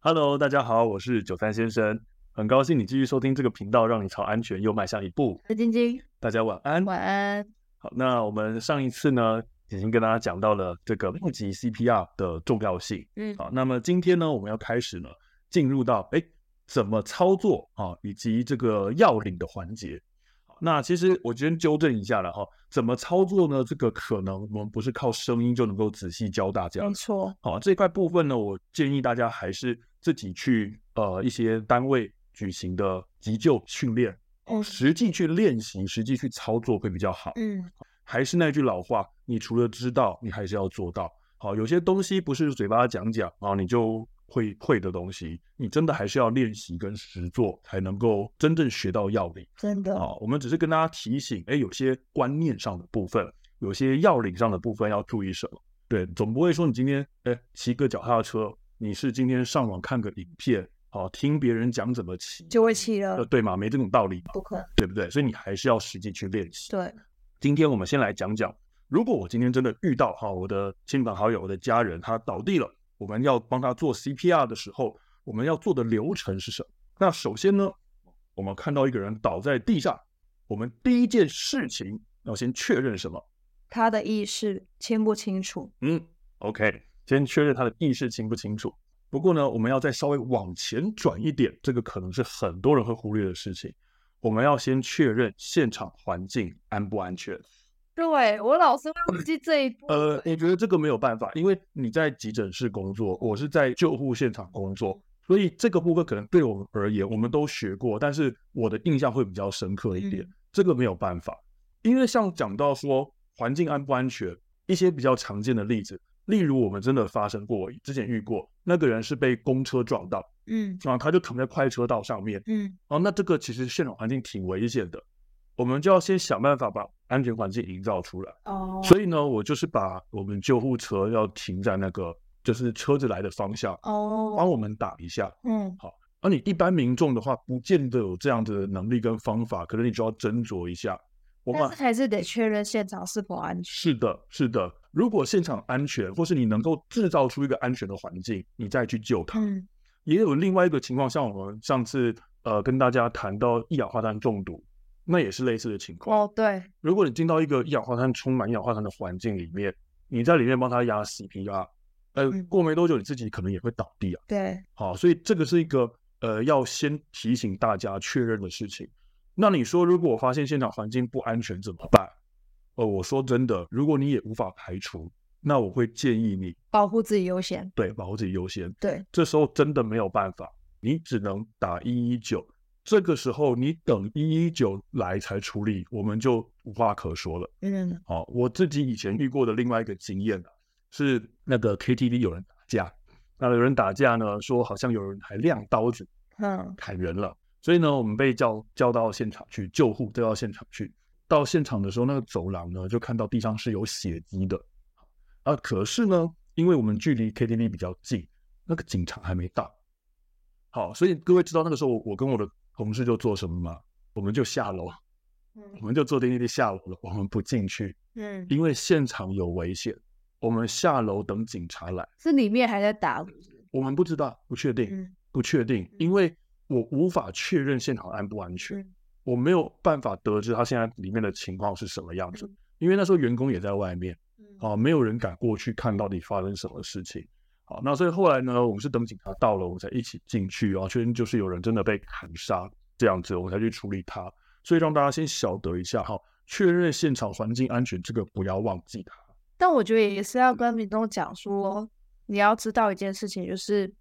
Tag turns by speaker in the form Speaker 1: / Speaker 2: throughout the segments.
Speaker 1: Hello，大家好，我是九三先生，很高兴你继续收听这个频道，让你朝安全又迈向一步。
Speaker 2: 那晶晶，
Speaker 1: 大家晚安。
Speaker 2: 晚安。
Speaker 1: 好，那我们上一次呢，已经跟大家讲到了这个募集 CPR 的重要性。
Speaker 2: 嗯，
Speaker 1: 好，那么今天呢，我们要开始呢，进入到哎怎么操作啊，以及这个要领的环节。好那其实我先纠正一下了哈，怎么操作呢？这个可能我们不是靠声音就能够仔细教大家
Speaker 2: 没。错，
Speaker 1: 好，哦这一块部分呢，我建议大家还是自己去呃一些单位举行的急救训练，
Speaker 2: 嗯
Speaker 1: 实际去练习，实际去操作会比较好。
Speaker 2: 嗯，
Speaker 1: 还是那句老话，你除了知道，你还是要做到。好，有些东西不是嘴巴讲讲啊，你就会会的东西，你真的还是要练习跟实做，才能够真正学到要领。
Speaker 2: 真的，
Speaker 1: 啊，我们只是跟大家提醒，哎，有些观念上的部分，有些要领上的部分要注意什么。对，总不会说你今天哎骑个脚踏车，你是今天上网看个影片，好、听别人讲怎么骑，
Speaker 2: 就会气了
Speaker 1: 呃，对嘛，没这种道理嘛，
Speaker 2: 不可能。
Speaker 1: 对不对？所以你还是要实际去练习。
Speaker 2: 对，
Speaker 1: 今天我们先来讲讲，如果我今天真的遇到哈我的亲朋好友、我的家人他倒地了，我们要帮他做 CPR 的时候，我们要做的流程是什么？那首先呢，我们看到一个人倒在地上，我们第一件事情要先确认什么？
Speaker 2: 他的意识清不清楚？
Speaker 1: 嗯，OK，先确认他的意识清不清楚。不过呢，我们要再稍微往前转一点，这个可能是很多人会忽略的事情。我们要先确认现场环境安不安全。
Speaker 2: 对我老是忘记这 一步
Speaker 1: 呃，我觉得这个没有办法，因为你在急诊室工作，我是在救护现场工作，所以这个部分可能对我们而言，我们都学过，但是我的印象会比较深刻一点。
Speaker 2: 嗯
Speaker 1: 这个没有办法，因为像讲到说环境安不安全，一些比较常见的例子，例如我们真的发生过，之前遇过那个人是被公车撞到，
Speaker 2: 嗯
Speaker 1: 然后他就躺在快车道上面，
Speaker 2: 嗯，
Speaker 1: 哦，那这个其实现场环境挺危险的，我们就要先想办法把安全环境营造出来。
Speaker 2: 哦，
Speaker 1: 所以呢，我就是把我们救护车要停在那个就是车子来的方向，
Speaker 2: 哦，
Speaker 1: 帮我们打一下。
Speaker 2: 嗯，
Speaker 1: 而你一般民众的话，不见得有这样子的能力跟方法，可能你就要斟酌一下。我
Speaker 2: 但
Speaker 1: 把
Speaker 2: 是还是得确认现场是否安全。
Speaker 1: 是的，是的。如果现场安全，或是你能够制造出一个安全的环境，你再去救他。
Speaker 2: 嗯
Speaker 1: 也有另外一个情况，像我们上次呃跟大家谈到一氧化碳中毒，那也是类似的情况。
Speaker 2: 哦，对，
Speaker 1: 如果你进到一个一氧化碳充满一氧化碳的环境里面，你在里面帮他压 CPR，呃
Speaker 2: 嗯，
Speaker 1: 过没多久你自己可能也会倒地啊。
Speaker 2: 对，
Speaker 1: 好，所以这个是一个呃要先提醒大家确认的事情。那你说，如果我发现现场环境不安全怎么办？呃，我说真的，如果你也无法排除，那我会建议你
Speaker 2: 保护自己优先。
Speaker 1: 对保护自己优先。
Speaker 2: 对，
Speaker 1: 这时候真的没有办法，你只能打一一九。这个时候你等一一九来才处理，我们就无话可说了。
Speaker 2: 嗯，
Speaker 1: 哦，我自己以前遇过的另外一个经验啊，是那个 KTV 有人打架，那有人打架呢，说好像有人还亮刀子
Speaker 2: 嗯，
Speaker 1: 砍人了，所以呢，我们被叫叫到现场去救护，叫到现场去。到现场的时候，那个走廊呢，就看到地上是有血迹的，啊，可是呢，因为我们距离 KTV 比较近，那个警察还没到。好，所以各位知道那个时候我我跟我的同事就做什么吗？我们就下楼，我
Speaker 2: 嗯
Speaker 1: 们就坐电梯下楼了，我们不进去，
Speaker 2: 嗯，
Speaker 1: 因为现场有危险，我们下楼等警察来。
Speaker 2: 是里面还在打。
Speaker 1: 我们不知道，不确定，
Speaker 2: 嗯
Speaker 1: 不确定，因为我无法确认现场安不安全，
Speaker 2: 嗯
Speaker 1: 我没有办法得知他现在里面的情况是什么样子。因为那时候员工也在外面，
Speaker 2: 嗯，
Speaker 1: 啊，没有人敢过去看到底发生什么事情。好，那所以后来呢，我们是等警察到了，我们才一起进去，然后确认就是有人真的被砍杀这样子，我们才去处理他。所以让大家先晓得一下哈，确认现场环境安全，这个不要忘记它。
Speaker 2: 但我觉得也
Speaker 1: 嗯
Speaker 2: 是要跟民众讲说，你要知道一件事情，就是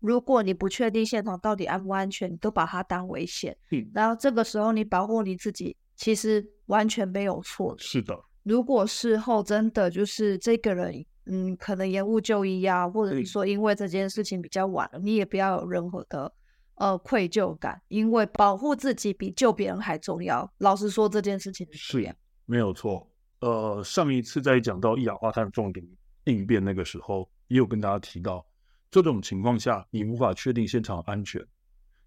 Speaker 2: 如果你不确定现场到底安不安全，你都把它当危险，
Speaker 1: 嗯
Speaker 2: 然后这个时候你保护你自己，其实完全没有错的。
Speaker 1: 是的，
Speaker 2: 如果事后真的就是这个人，嗯，可能延误就医啊，或者是
Speaker 1: 嗯
Speaker 2: 说因为这件事情比较晚了，你也不要有任何的呃愧疚感，因为保护自己比救别人还重要。老实说，这件事情
Speaker 1: 是
Speaker 2: 这样。
Speaker 1: 没有错。呃，上一次在讲到一氧化碳中毒应变那个时候，也有跟大家提到，这种情况下你无法确定现场安全，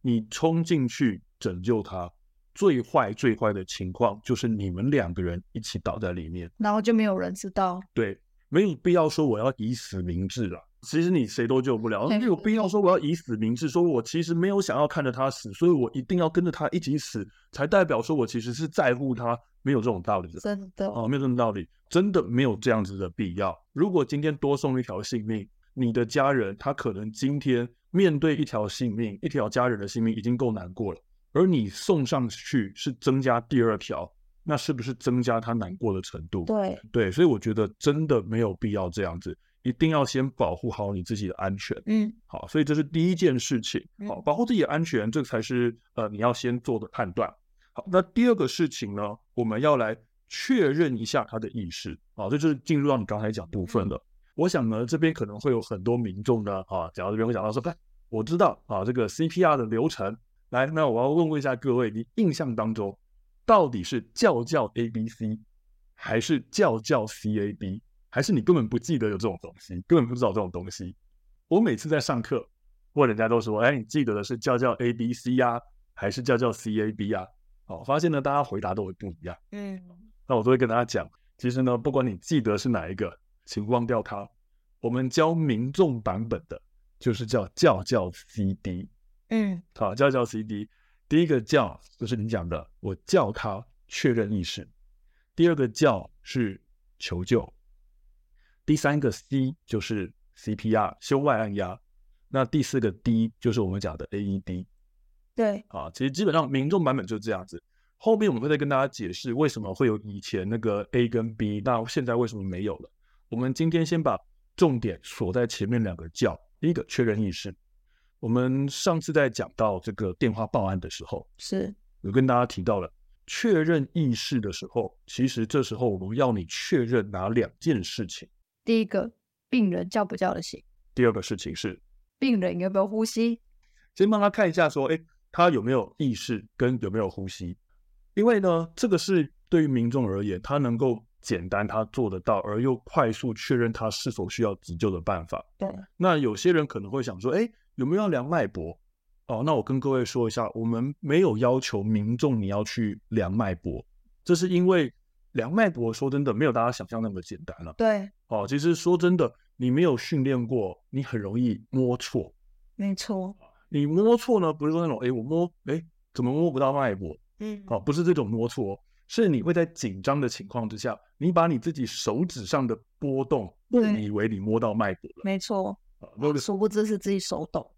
Speaker 1: 你冲进去拯救他，最坏最坏的情况就是你们两个人一起倒在里面。
Speaker 2: 然后就没有人知道，
Speaker 1: 对，没有必要说我要以死明志了。其实你谁都救不了，
Speaker 3: 对
Speaker 1: 没有必要说我要以死明志，说我其实没有想要看着他死，所以我一定要跟着他一起死，才代表说我其实是在乎他，没有这种道理的。
Speaker 3: 真的，
Speaker 1: 哦，没有这种道理，真的没有这样子的必要。如果今天多送一条性命，你的家人他可能今天面对一条性命、一条家人的性命已经够难过了，而你送上去是增加第二条，那是不是增加他难过的程度？
Speaker 3: 对，
Speaker 1: 对，所以我觉得真的没有必要这样子，一定要先保护好你自己的安全。
Speaker 3: 嗯，
Speaker 1: 好，所以这是第一件事情。好，
Speaker 3: 嗯
Speaker 1: 保护自己的安全，这才是呃你要先做的判断。好，那第二个事情呢，我们要来确认一下他的意识。好，这就是进入到你刚才讲部分了。我想呢，这边可能会有很多民众呢，啊，讲到这边会讲到说，哎，我知道啊，这个 CPR 的流程。来，那我要问问一下各位，你印象当中到底是叫叫 A B C，还是叫叫 C A B，还是你根本不记得有这种东西，根本不知道这种东西？我每次在上课问人家都说，哎，你记得的是叫叫 A B C 呀、还是叫叫 C A B 呀、哦，我发现呢，大家回答都会不一样。
Speaker 3: 嗯，
Speaker 1: 那我都会跟大家讲，其实呢，不管你记得是哪一个，请忘掉它。我们教民众版本的，就是叫叫叫 CD，
Speaker 3: 嗯，
Speaker 1: 好，叫叫 CD。第一个叫就是你讲的，我叫他确认意识；第二个叫是求救；第三个 C 就是 CPR 胸外按压；那第四个 D 就是我们讲的 E AED。
Speaker 3: 对，
Speaker 1: 啊，其实基本上民众版本就是这样子。后面我们会再跟大家解释为什么会有以前那个 A 跟 B，那现在为什么没有了。我们今天先把重点锁在前面两个叫，第一个确认意识。我们上次在讲到这个电话报案的时候，
Speaker 3: 是，
Speaker 1: 有跟大家提到了确认意识的时候，其实这时候我们要你确认哪两件事情？
Speaker 3: 第一个，病人叫不叫得醒，
Speaker 1: 第二个事情是
Speaker 3: 病人有没有呼吸，
Speaker 1: 先帮他看一下说，哎，他有没有意识跟有没有呼吸，因为呢，这个是对于民众而言，他能够简单他做得到，而又快速确认他是否需要急救的办法。
Speaker 3: 对，
Speaker 1: 那有些人可能会想说，哎，有没有要量脉搏？哦，那我跟各位说一下，我们没有要求民众你要去量脉搏，这是因为量脉搏说真的没有大家想象那么简单了、
Speaker 3: 对，
Speaker 1: 哦，其实说真的，你没有训练过，你很容易摸错。
Speaker 3: 没错，
Speaker 1: 你摸错呢，不是说那种哎，诶我摸哎，诶怎么摸不到脉搏？
Speaker 3: 嗯，
Speaker 1: 哦，不是这种摸错哦，是你会在紧张的情况之下，你把你自己手指上的波动误
Speaker 3: 对
Speaker 1: 以为你摸到脉搏了
Speaker 3: 没错，
Speaker 1: 啊，那个
Speaker 3: 殊不知是自己手抖，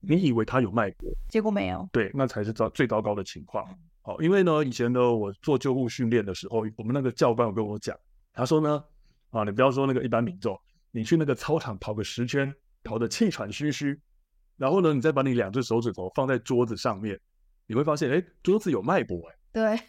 Speaker 1: 你以为它有脉搏，
Speaker 3: 结果没有，
Speaker 1: 对，那才是糟最糟糕的情况。好、因为呢，以前呢，我做救护训练的时候，我们那个教官有跟我讲，他说呢，啊，你不要说那个一般民众，你去那个操场跑个十圈，跑得气喘吁吁，然后呢，你再把你两只手指头放在桌子上面，你会发现，哎，桌子有脉搏，哎，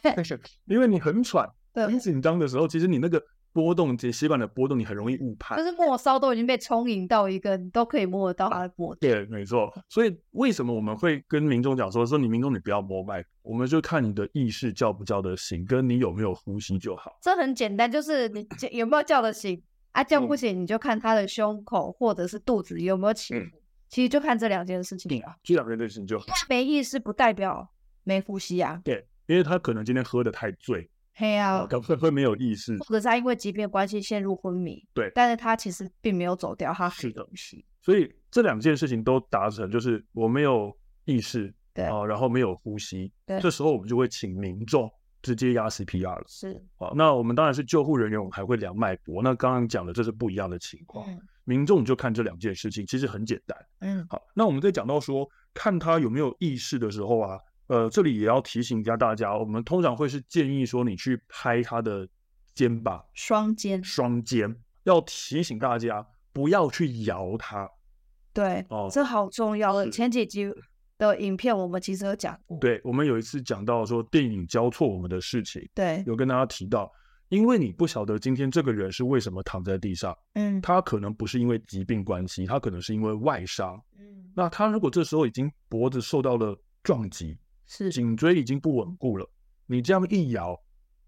Speaker 3: 对，
Speaker 1: 但是因为你很喘、
Speaker 3: 对，
Speaker 1: 很紧张的时候，其实你那个波动，及血管的波动，你很容易误判
Speaker 3: 就。是末梢都已经被充盈到一个你都可以摸得到它的膜，
Speaker 1: 对，没错。所以为什么我们会跟民众讲说，说你民众你不要摸脉，我们就看你的意识叫不叫得醒，跟你有没有呼吸就好。
Speaker 3: 这很简单，就是你叫有没有叫得醒啊？叫不醒你就看他的胸口或者是肚子有没有起
Speaker 1: 嗯
Speaker 3: 伏，其实就看这两件事情啊。
Speaker 1: 这两个类型就好。
Speaker 3: 没意识不代表没呼吸啊，
Speaker 1: 对，因为他可能今天喝得太醉，
Speaker 3: 嘿啊，
Speaker 1: 可能会会没有意识。
Speaker 3: 或者是他因为疾病的关系陷入昏迷，
Speaker 1: 嗯对
Speaker 3: 但是他其实并没有走掉，他
Speaker 1: 是的
Speaker 3: 呼吸，
Speaker 1: 所以这两件事情都达成，就是我没有意识，
Speaker 3: 对
Speaker 1: 啊，然后没有呼吸
Speaker 3: 对，
Speaker 1: 这时候我们就会请民众直接压 CPR 了。
Speaker 3: 是，
Speaker 1: 好，那我们当然是救护人员，我们还会量脉搏。那刚刚讲的这是不一样的情况，
Speaker 3: 嗯
Speaker 1: 民众就看这两件事情，其实很简单。
Speaker 3: 嗯，
Speaker 1: 好，那我们在讲到说看他有没有意识的时候啊，呃，这里也要提醒一下大家，我们通常会是建议说你去拍他的肩膀、
Speaker 3: 双肩，
Speaker 1: 双肩，要提醒大家不要去摇他。
Speaker 3: 对，
Speaker 1: 哦
Speaker 3: 这好重要的。
Speaker 1: 是
Speaker 3: 前几集的影片我们其实有讲过，
Speaker 1: 对我们有一次讲到说电影教错我们的事情，
Speaker 3: 对，
Speaker 1: 有跟大家提到，因为你不晓得今天这个人是为什么躺在地上，
Speaker 3: 嗯
Speaker 1: 他可能不是因为疾病关系，他可能是因为外伤。
Speaker 3: 嗯，
Speaker 1: 那他如果这时候已经脖子受到了撞击，
Speaker 3: 是，
Speaker 1: 颈椎已经不稳固了，你这样一摇，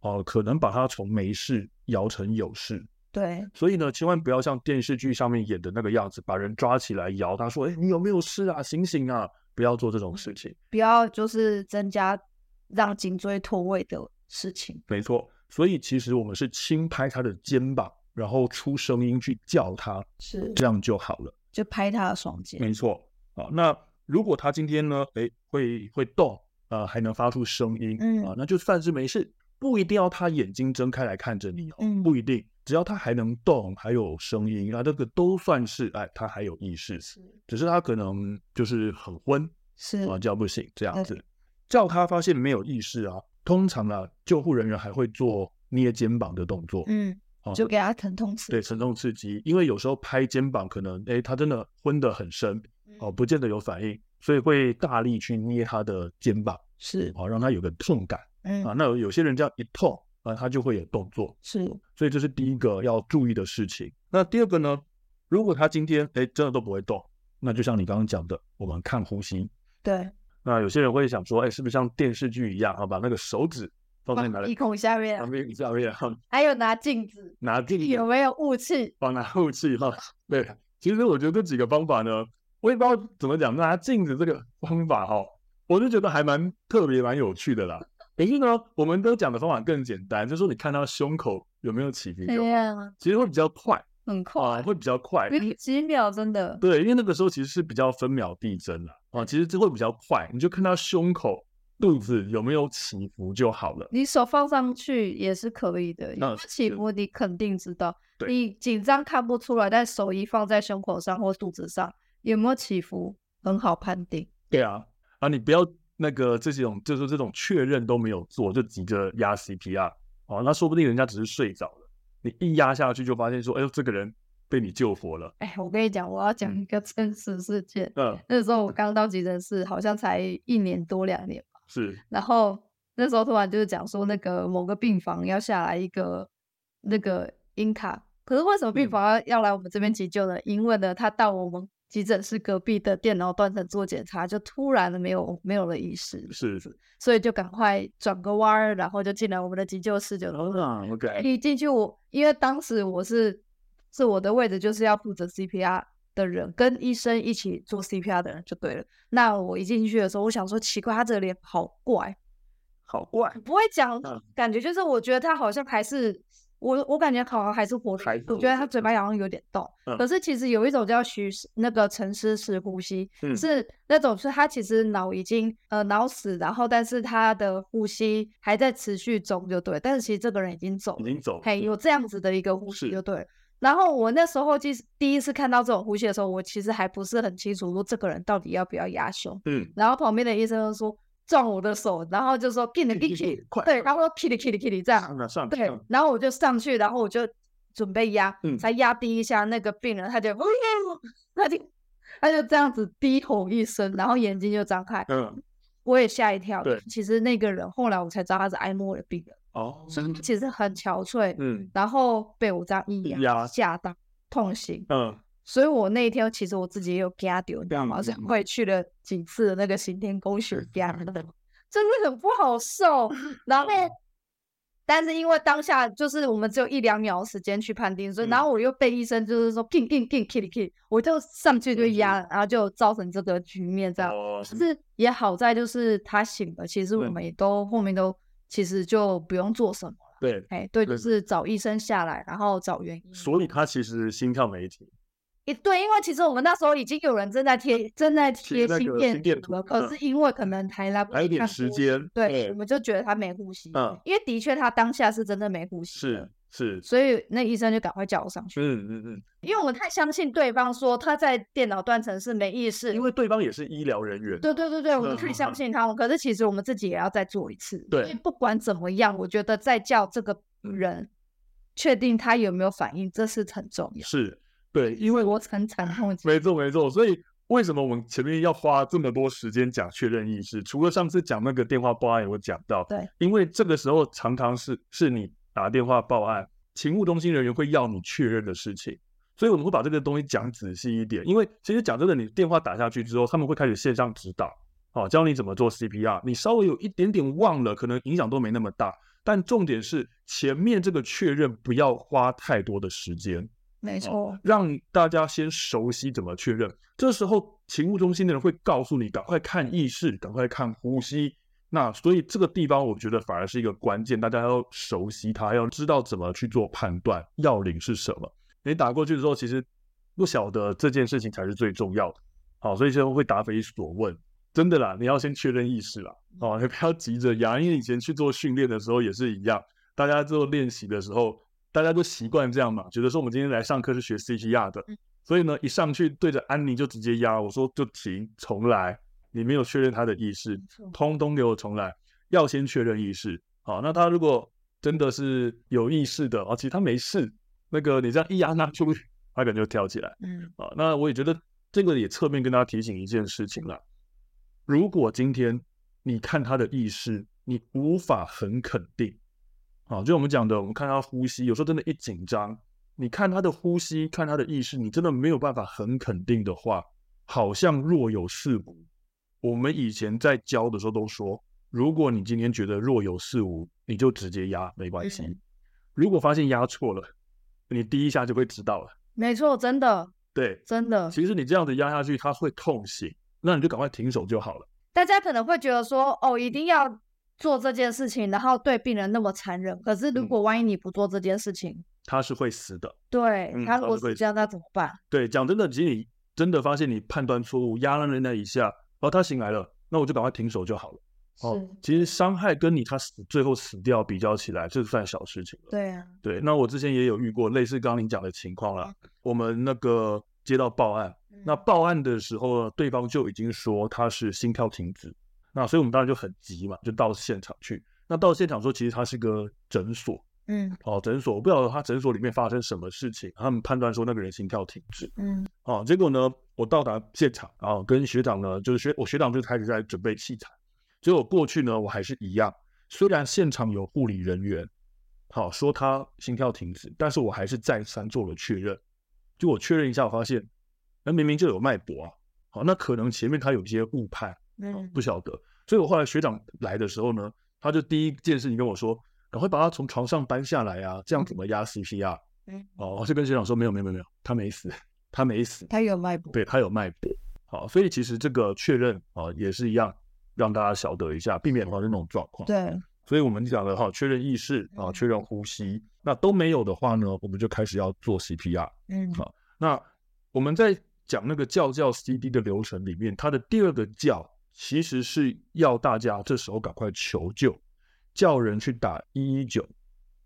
Speaker 1: 哦、可能把它从没事摇成有事。
Speaker 3: 对，
Speaker 1: 所以呢，千万不要像电视剧上面演的那个样子，把人抓起来摇，他说：“哎，你有没有事啊？醒醒啊！”不要做这种事情。
Speaker 3: 不要就是增加让颈椎脱位的事情，
Speaker 1: 没错，所以其实我们是轻拍他的肩膀，然后出声音去叫他，
Speaker 2: 是
Speaker 1: 这样就好了。
Speaker 2: 就拍他的双肩，
Speaker 1: 没错啊。那如果他今天呢，诶，会会动，呃，还能发出声音，
Speaker 2: 嗯
Speaker 1: 啊，那就算是没事，不一定要他眼睛睁开来看着你哦，
Speaker 2: 嗯
Speaker 1: 不一定，只要他还能动，还有声音啊，这个都算是哎，他还有意识，
Speaker 2: 是
Speaker 1: 只是他可能就是很昏
Speaker 2: 是
Speaker 1: 啊，叫不醒这样
Speaker 2: 嗯
Speaker 1: 子，叫他发现没有意识啊，通常啊，救护人员还会做捏肩膀的动作，
Speaker 2: 嗯
Speaker 1: 哦，
Speaker 2: 就给他疼痛刺
Speaker 1: 对，
Speaker 2: 激，
Speaker 1: 沉重刺激，因为有时候拍肩膀可能，哎，他真的昏得很深，哦，不见得有反应，所以会大力去捏他的肩膀，
Speaker 2: 是
Speaker 1: 哦，让他有个痛感
Speaker 2: 嗯
Speaker 1: 啊。那有有些人这样一痛啊，他就会有动作，
Speaker 2: 是
Speaker 1: 所以这是第一个要注意的事情。那第二个呢，如果他今天哎真的都不会动，那就像你刚刚讲的，我们看呼吸。
Speaker 2: 对，
Speaker 1: 那有些人会想说，哎，是不是像电视剧一样啊，把那个手指放在
Speaker 3: 放
Speaker 1: 哪
Speaker 3: 鼻
Speaker 1: 里？
Speaker 3: 孔下面
Speaker 1: 旁，边下面，然后
Speaker 3: 还有拿镜子，
Speaker 1: 拿进去
Speaker 3: 有没有雾气？
Speaker 1: 往哪后去哈。对，其实我觉得这几个方法呢，我也不知道怎么讲，拿镜子这个方法哈、我就觉得还蛮特别、蛮有趣的啦。可是呢，我们都讲的方法更简单，就是说你看他胸口有没有起伏，
Speaker 3: 对哎呀，
Speaker 1: 其实会比较快
Speaker 3: 很
Speaker 1: 啊，
Speaker 3: 快，
Speaker 1: 会比较快。
Speaker 3: 几秒真的，
Speaker 1: 对，因为那个时候其实是比较分秒必争啦，啊，其实这会比较快，你就看他胸口、肚子有没有起伏就好了。
Speaker 3: 你手放上去也是可以的，
Speaker 1: 那
Speaker 3: 有起
Speaker 1: 是
Speaker 3: 伏你肯定知道。
Speaker 1: 对
Speaker 3: 你紧张看不出来，但手一放在胸口上或肚子上，有没有起伏很好判定。
Speaker 1: 对啊，啊，你不要那个这种就是这种确认都没有做，就急着压 CPR 哦，那说不定人家只是睡着了，你一压下去就发现说，哎呦，这个人被你救活了，
Speaker 3: 哎，我跟你讲，我要讲一个真实事件。
Speaker 1: 嗯，
Speaker 3: 那时候我刚到急诊室，好像才一年多两年吧。
Speaker 1: 是
Speaker 3: 然后那时候突然就是讲说，那个某个病房要下来一个那个英卡，可是为什么病
Speaker 1: 嗯
Speaker 3: 房要、要来我们这边急救呢？因为呢，他到我们急诊室隔壁的电脑断层做检查，就突然的没有没有了意识，
Speaker 1: 是，
Speaker 3: 所以就赶快转个弯儿，然后就进来我们的急救室，就
Speaker 1: 啊，OK，
Speaker 3: 一进去我，因为当时我是是我的位置就是要负责 CPR 的人，跟医生一起做 CPR 的人就对了。那我一进去的时候，我想说奇怪，他这个脸好怪，
Speaker 1: 好怪，
Speaker 3: 不会讲
Speaker 1: 嗯，
Speaker 3: 感觉就是我觉得他好像还是我，我感觉好像还是活着
Speaker 1: 还是，
Speaker 3: 我
Speaker 1: 活
Speaker 3: 觉得
Speaker 1: 着
Speaker 3: 他嘴巴好像有点动，
Speaker 1: 嗯
Speaker 3: 可是其实有一种叫徐那个沉思式呼吸，
Speaker 1: 嗯
Speaker 3: 是那种是他其实脑已经呃脑死，然后但是他的呼吸还在持续中就对，但是其实这个人已经走
Speaker 1: 已
Speaker 3: 了。
Speaker 1: 经走了，嗯
Speaker 3: 嘿，有这样子的一个呼吸
Speaker 1: 是
Speaker 3: 就对了。然后我那时候其实第一次看到这种呼吸的时候，我其实还不是很清楚说这个人到底要不要压胸。
Speaker 1: 嗯，
Speaker 3: 然后旁边的医生就说撞我的手，然后就说 kitty kitty，
Speaker 1: 快嗯
Speaker 3: 对，他说 kitty kitty kitty 这样，
Speaker 1: 上了啊上了
Speaker 3: 对
Speaker 1: 上了，
Speaker 3: 然后我就上去，然后我就准备压，
Speaker 1: 嗯
Speaker 3: 才压低一下，那个病人他就 他就他就这样子低吼一声，然后眼睛就张开，
Speaker 1: 嗯，
Speaker 3: 我也吓一跳。
Speaker 1: 对
Speaker 3: 其实那个人后来我才知道他是埃默的病人，
Speaker 1: 哦，
Speaker 3: 所以他其实很憔悴，
Speaker 1: 嗯
Speaker 3: 然后被我这样一
Speaker 1: 压
Speaker 3: 压吓到痛醒，
Speaker 1: 嗯，
Speaker 3: 所以我那一天其实我自己也有嘎丢，你知道吗？
Speaker 1: 嗯
Speaker 3: 所以我也去了几次的那个行天宫学嘎的，真的很不 好受。然后，
Speaker 1: 嗯
Speaker 3: 但是因为当下就是我们只有一两秒的时间去判定，所以然
Speaker 1: 嗯
Speaker 3: 后我又被医生就是说 king king king k i k i 我就上去就
Speaker 1: 嗯
Speaker 3: 压了，然后就造成这个局面这样。
Speaker 1: 哦，
Speaker 3: 但是也好在就是他醒了，其实我
Speaker 1: 对
Speaker 3: 们也都后面都其实就不用做什么。
Speaker 1: 对，
Speaker 3: 哎，对，
Speaker 1: 对
Speaker 3: 就是找医生下来，然后找原因。
Speaker 1: 所以他其实心跳没停，
Speaker 3: 也对，因为其实我们那时候已经有人正在贴正在贴
Speaker 1: 那
Speaker 3: 心
Speaker 1: 个心电
Speaker 3: 电
Speaker 1: 图
Speaker 3: 图了，可
Speaker 1: 嗯
Speaker 3: 是因为可能还来不
Speaker 1: 还有
Speaker 3: 及
Speaker 1: 点
Speaker 3: 看
Speaker 1: 时
Speaker 3: 呼吸，
Speaker 1: 间，
Speaker 3: 对，我，们就觉得他没呼吸，
Speaker 1: 嗯，
Speaker 3: 因为的确他当下是真的没呼吸，
Speaker 1: 是，是，
Speaker 3: 所以那医生就赶快叫我上去，
Speaker 1: 嗯嗯嗯，
Speaker 3: 因为我们太相信对方说他在电脑断层是没意识，
Speaker 1: 因为对方也是医疗人员，
Speaker 3: 对对对对，我们
Speaker 1: 嗯
Speaker 3: 太
Speaker 1: 嗯
Speaker 3: 相
Speaker 1: 嗯
Speaker 3: 信他们，可是其实我们自己也要再做一次。
Speaker 1: 对
Speaker 3: 所以不管怎么样，我觉得再叫这个人，确定他有没有反应，这是很重要。
Speaker 1: 是，对，因为
Speaker 3: 我很惨痛，
Speaker 1: 没错，没错。所以为什么我们前面要花这么多时间讲确认意识？除了上次讲那个电话报案有讲到，
Speaker 3: 对，
Speaker 1: 因为这个时候常常是是你打电话报案，勤务中心人员会要你确认的事情，所以我们会把这个东西讲仔细一点。因为其实讲真的，你电话打下去之后，他们会开始线上指导，哦，教你怎么做 CPR。你稍微有一点点忘了，可能影响都没那么大。但重点是前面这个确认不要花太多的时间，
Speaker 3: 没错，
Speaker 1: 让大家先熟悉怎么确认。这时候，勤务中心的人会告诉你，赶快看意识，赶快看呼吸，那所以这个地方我觉得反而是一个关键，大家要熟悉它，要知道怎么去做判断，要领是什么。你打过去之后，其实不晓得这件事情才是最重要的。好，所以就会答非所问。真的啦，你要先确认意识啦，哦，你不要急着呀，因为以前去做训练的时候也是一样，大家做练习的时候，大家都习惯这样嘛，觉得说我们今天来上课是学 CPR 的，所以呢，一上去对着安妮就直接压，我说就停，重来，你没有确认他的意识，通通给我重来，要先确认意识。好，那他如果真的是有意识的，哦，其实他没事，那个你这样一压他就他可能就跳起来。
Speaker 2: 嗯，
Speaker 1: 啊，那我也觉得这个也侧面跟大家提醒一件事情啦。如果今天你看他的意识，你无法很肯定，啊，就我们讲的，我们看他呼吸，有时候真的，一紧张，你看他的呼吸，看他的意识，你真的没有办法很肯定的话，好像若有似无。我们以前在教的时候都说，如果你今天觉得若有似无，你就直接压，没关系。如果发现压错了，你第一下就会知道了。
Speaker 3: 没错，真的
Speaker 1: 对，
Speaker 3: 真的，
Speaker 1: 其实你这样子压下去，它会痛醒，那你就赶快停手就好了。
Speaker 3: 大家可能会觉得说，哦，一定要做这件事情，然后对病人那么残忍。可是如
Speaker 1: 嗯
Speaker 3: 果万一你不做这件事情，
Speaker 1: 它是会死的。
Speaker 3: 对
Speaker 1: 嗯
Speaker 3: 他
Speaker 1: 他
Speaker 3: 如果
Speaker 1: 是会
Speaker 3: 是这样，那怎么办？
Speaker 1: 对，讲真的，其实你真的发现你判断错误，压了人家一下，然后他醒来了，那我就赶快停手就好了。哦
Speaker 3: 是，，
Speaker 1: 其实伤害跟你他死最后死掉比较起来，这算小事情了。
Speaker 3: 对啊，
Speaker 1: 对，那我之前也有遇过类似刚刚您讲的情况啦。我们那个接到报案，
Speaker 3: 嗯
Speaker 1: 那报案的时候呢，对方就已经说他是心跳停止，那所以我们当然就很急嘛，就到现场去。那到现场说，其实他是个诊所
Speaker 3: 嗯
Speaker 1: 哦，诊所我不晓得他诊所里面发生什么事情，他们判断说那个人心跳停止
Speaker 3: 嗯
Speaker 1: 哦。结果呢，我到达现场啊、哦，跟学长呢，就是学我学长就开始在准备器材，结果过去呢，我还是一样，虽然现场有护理人员，好、说他心跳停止，但是我还是再三做了确认。就我确认一下，我发现那明明就有脉搏啊，好，那可能前面他有一些误判，哦
Speaker 3: 嗯，
Speaker 1: 不晓得。所以我后来学长来的时候呢，他就第一件事情跟我说，赶快把他从床上搬下来啊，这样怎么压 CPR？
Speaker 3: 嗯
Speaker 1: 哦，我就跟学长说，没有没有没有没有，他没死，他没死，
Speaker 3: 他有脉搏，
Speaker 1: 对他有脉搏。好，所以其实这个确认啊、哦也是一样，让大家晓得一下，避免发生这种状况。
Speaker 3: 对，嗯
Speaker 1: 所以我们讲的哈，确认意识啊，确认呼吸，那都没有的话呢，我们就开始要做 CPR。
Speaker 3: 嗯
Speaker 1: 好那我们在讲那个教教 CD 的流程里面，它的第二个教其实是要大家这时候赶快求救，叫人去打一一九，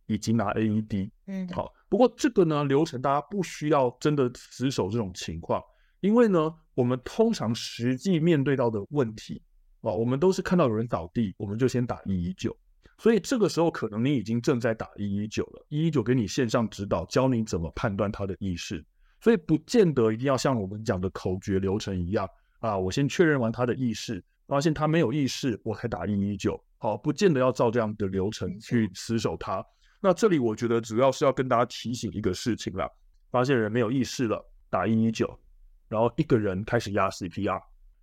Speaker 1: 以及拿 AED。
Speaker 3: 嗯
Speaker 1: 好，不过这个呢流程大家不需要真的死守这种情况，因为呢我们通常实际面对到的问题啊，我们都是看到有人倒地，我们就先打一一九。所以这个时候，可能你已经正在打一一九了，一一九给你线上指导，教你怎么判断他的意识。所以不见得一定要像我们讲的口诀流程一样啊，我先确认完他的意识，发现他没有意识，我才打一一九。好，不见得要照这样的流程去死守他。那这里我觉得主要是要跟大家提醒一个事情啦，发现人没有意识了，打一一九，然后一个人开始压 CPR，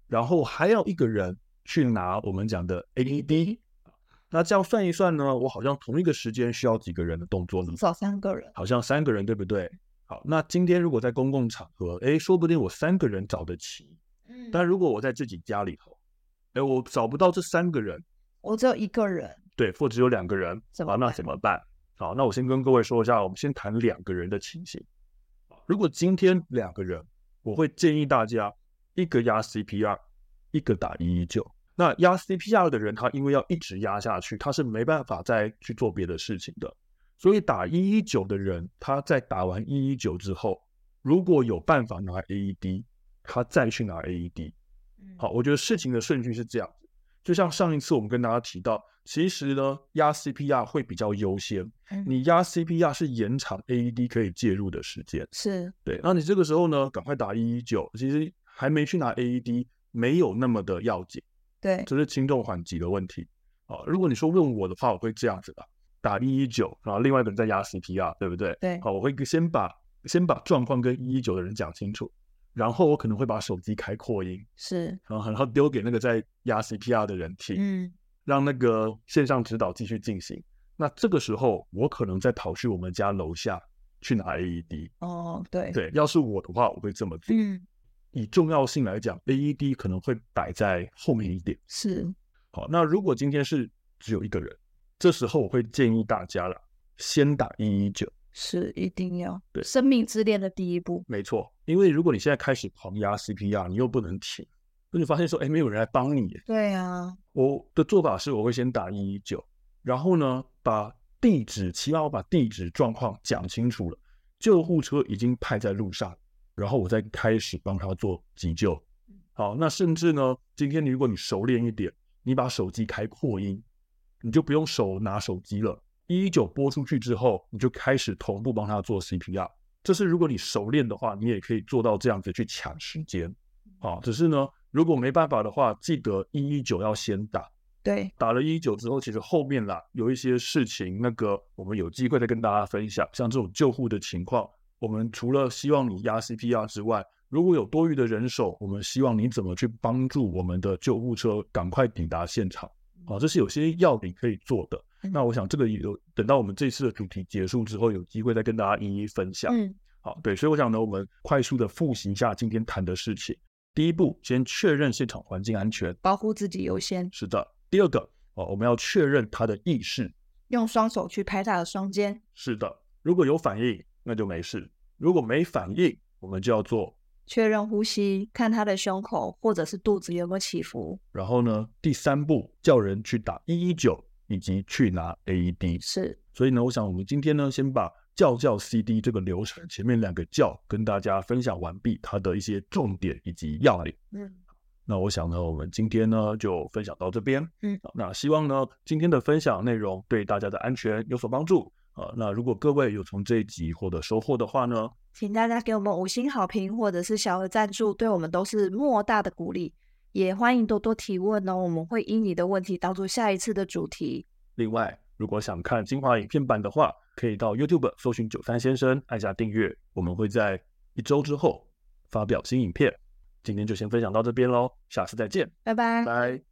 Speaker 1: 然后还有一个人去拿我们讲的 AED。那这样算一算呢，我好像同一个时间需要几个人的动作呢？
Speaker 3: 至少三个人，
Speaker 1: 好像三个人，对不对？好，那今天如果在公共场合，诶，说不定我三个人找得齐，
Speaker 3: 嗯
Speaker 1: 但如果我在自己家里头，诶，我找不到这三个人，
Speaker 3: 我只有一个人，
Speaker 1: 对，或只有两个人，
Speaker 3: 怎么
Speaker 1: 啊，那
Speaker 3: 办
Speaker 1: 怎么办？好，那我先跟各位说一下，我们先谈两个人的情形。如果今天两个人，我会建议大家一个压 CPR，一个打一一九。那压 CPR 的人，他因为要一直压下去，他是没办法再去做别的事情的。所以打一一九的人，他在打完一一九之后，如果有办法拿 AED，他再去拿 E AED。好，
Speaker 3: 嗯
Speaker 1: 我觉得事情的顺序是这样子，就像上一次我们跟大家提到，其实呢压 CPR 会比较优先
Speaker 3: 嗯，
Speaker 1: 你压 CPR 是延长 AED 可以介入的时间。
Speaker 3: 是
Speaker 1: 对，那你这个时候呢，赶快打一一九，其实还没去拿 AED，没有那么的要紧。
Speaker 3: 对，
Speaker 1: 这是轻重缓急的问题。啊，如果你说问我的话，我会这样子的，打一一九，然后另外一个人再压 CPR，对不对？
Speaker 3: 对
Speaker 1: 好，我会先把先把状况跟一一九的人讲清楚，然后我可能会把手机开扩音，
Speaker 3: 是，
Speaker 1: 然后然后丢给那个在压 CPR 的人听，
Speaker 3: 嗯
Speaker 1: 让那个线上指导继续进行。那这个时候，我可能再跑去我们家楼下去拿 AED。
Speaker 3: 哦对，
Speaker 1: 对，要是我的话，我会这么做。
Speaker 3: 嗯
Speaker 1: E 以重要性来讲，AED 可能会摆在后面一点。
Speaker 3: 是，
Speaker 1: 好，那如果今天是只有一个人，这时候我会建议大家啦，先打一一九。
Speaker 2: 是一定要
Speaker 1: 对
Speaker 3: 生命之恋的第一步，
Speaker 1: 没错，因为如果你现在开始狂压 CPR，你又不能停，那就发现说，哎，没有人来帮你耶。
Speaker 2: 对啊，
Speaker 1: 我的做法是，我会先打一一九，然后呢，把地址，起码我把地址状况讲清楚了，救护车已经派在路上，然后我再开始帮他做急救。好，那甚至呢，今天如果你熟练一点，你把手机开扩音，你就不用手拿手机了。一一九拨出去之后，你就开始同步帮他做 CPR。这是如果你熟练的话，你也可以做到这样子去抢时间。啊，只是呢，如果没办法的话，记得一一九要先打，
Speaker 2: 对，
Speaker 1: 打了一一九之后，其实后面啦有一些事情，那个我们有机会再跟大家分享。像这种救护的情况，我们除了希望你压 CPR 之外，如果有多余的人手，我们希望你怎么去帮助我们的救护车赶快抵达现场啊，这是有些要领可以做的。那我想这个有等到我们这次的主题结束之后，有机会再跟大家一一分享。
Speaker 2: 嗯，
Speaker 1: 好，对，所以我想呢，我们快速的复习一下今天谈的事情。第一步，先确认现场环境安全，
Speaker 2: 保护自己优先，
Speaker 1: 是的。第二个，哦，我们要确认他的意识，
Speaker 2: 用双手去拍他的双肩，
Speaker 1: 是的。如果有反应，那就没事；如果没反应，我们就要做。
Speaker 2: 确认呼吸，看他的胸口或者是肚子有没有起伏，
Speaker 1: 然后呢，第三步，叫人去打一一九，以及去拿 AED。
Speaker 2: 是
Speaker 1: 所以呢，我想我们今天呢，先把叫叫 CD 这个流程前面两个叫跟大家分享完毕，它的一些重点以及要领。
Speaker 2: 嗯，
Speaker 1: 那我想呢，我们今天呢就分享到这边。
Speaker 2: 嗯，
Speaker 1: 那希望呢今天的分享内容对大家的安全有所帮助啊、呃那如果各位有从这一集获得收获的话呢，
Speaker 2: 请大家给我们五星好评或者是小额赞助，对我们都是莫大的鼓励。也欢迎多多提问哦，我们会以你的问题当做下一次的主题。
Speaker 1: 另外如果想看精华影片版的话，可以到 YouTube 搜寻九三先生，按下订阅，我们会在一周之后发表新影片。今天就先分享到这边喽，下次再见，
Speaker 3: 嗯
Speaker 2: 拜拜。
Speaker 1: 拜。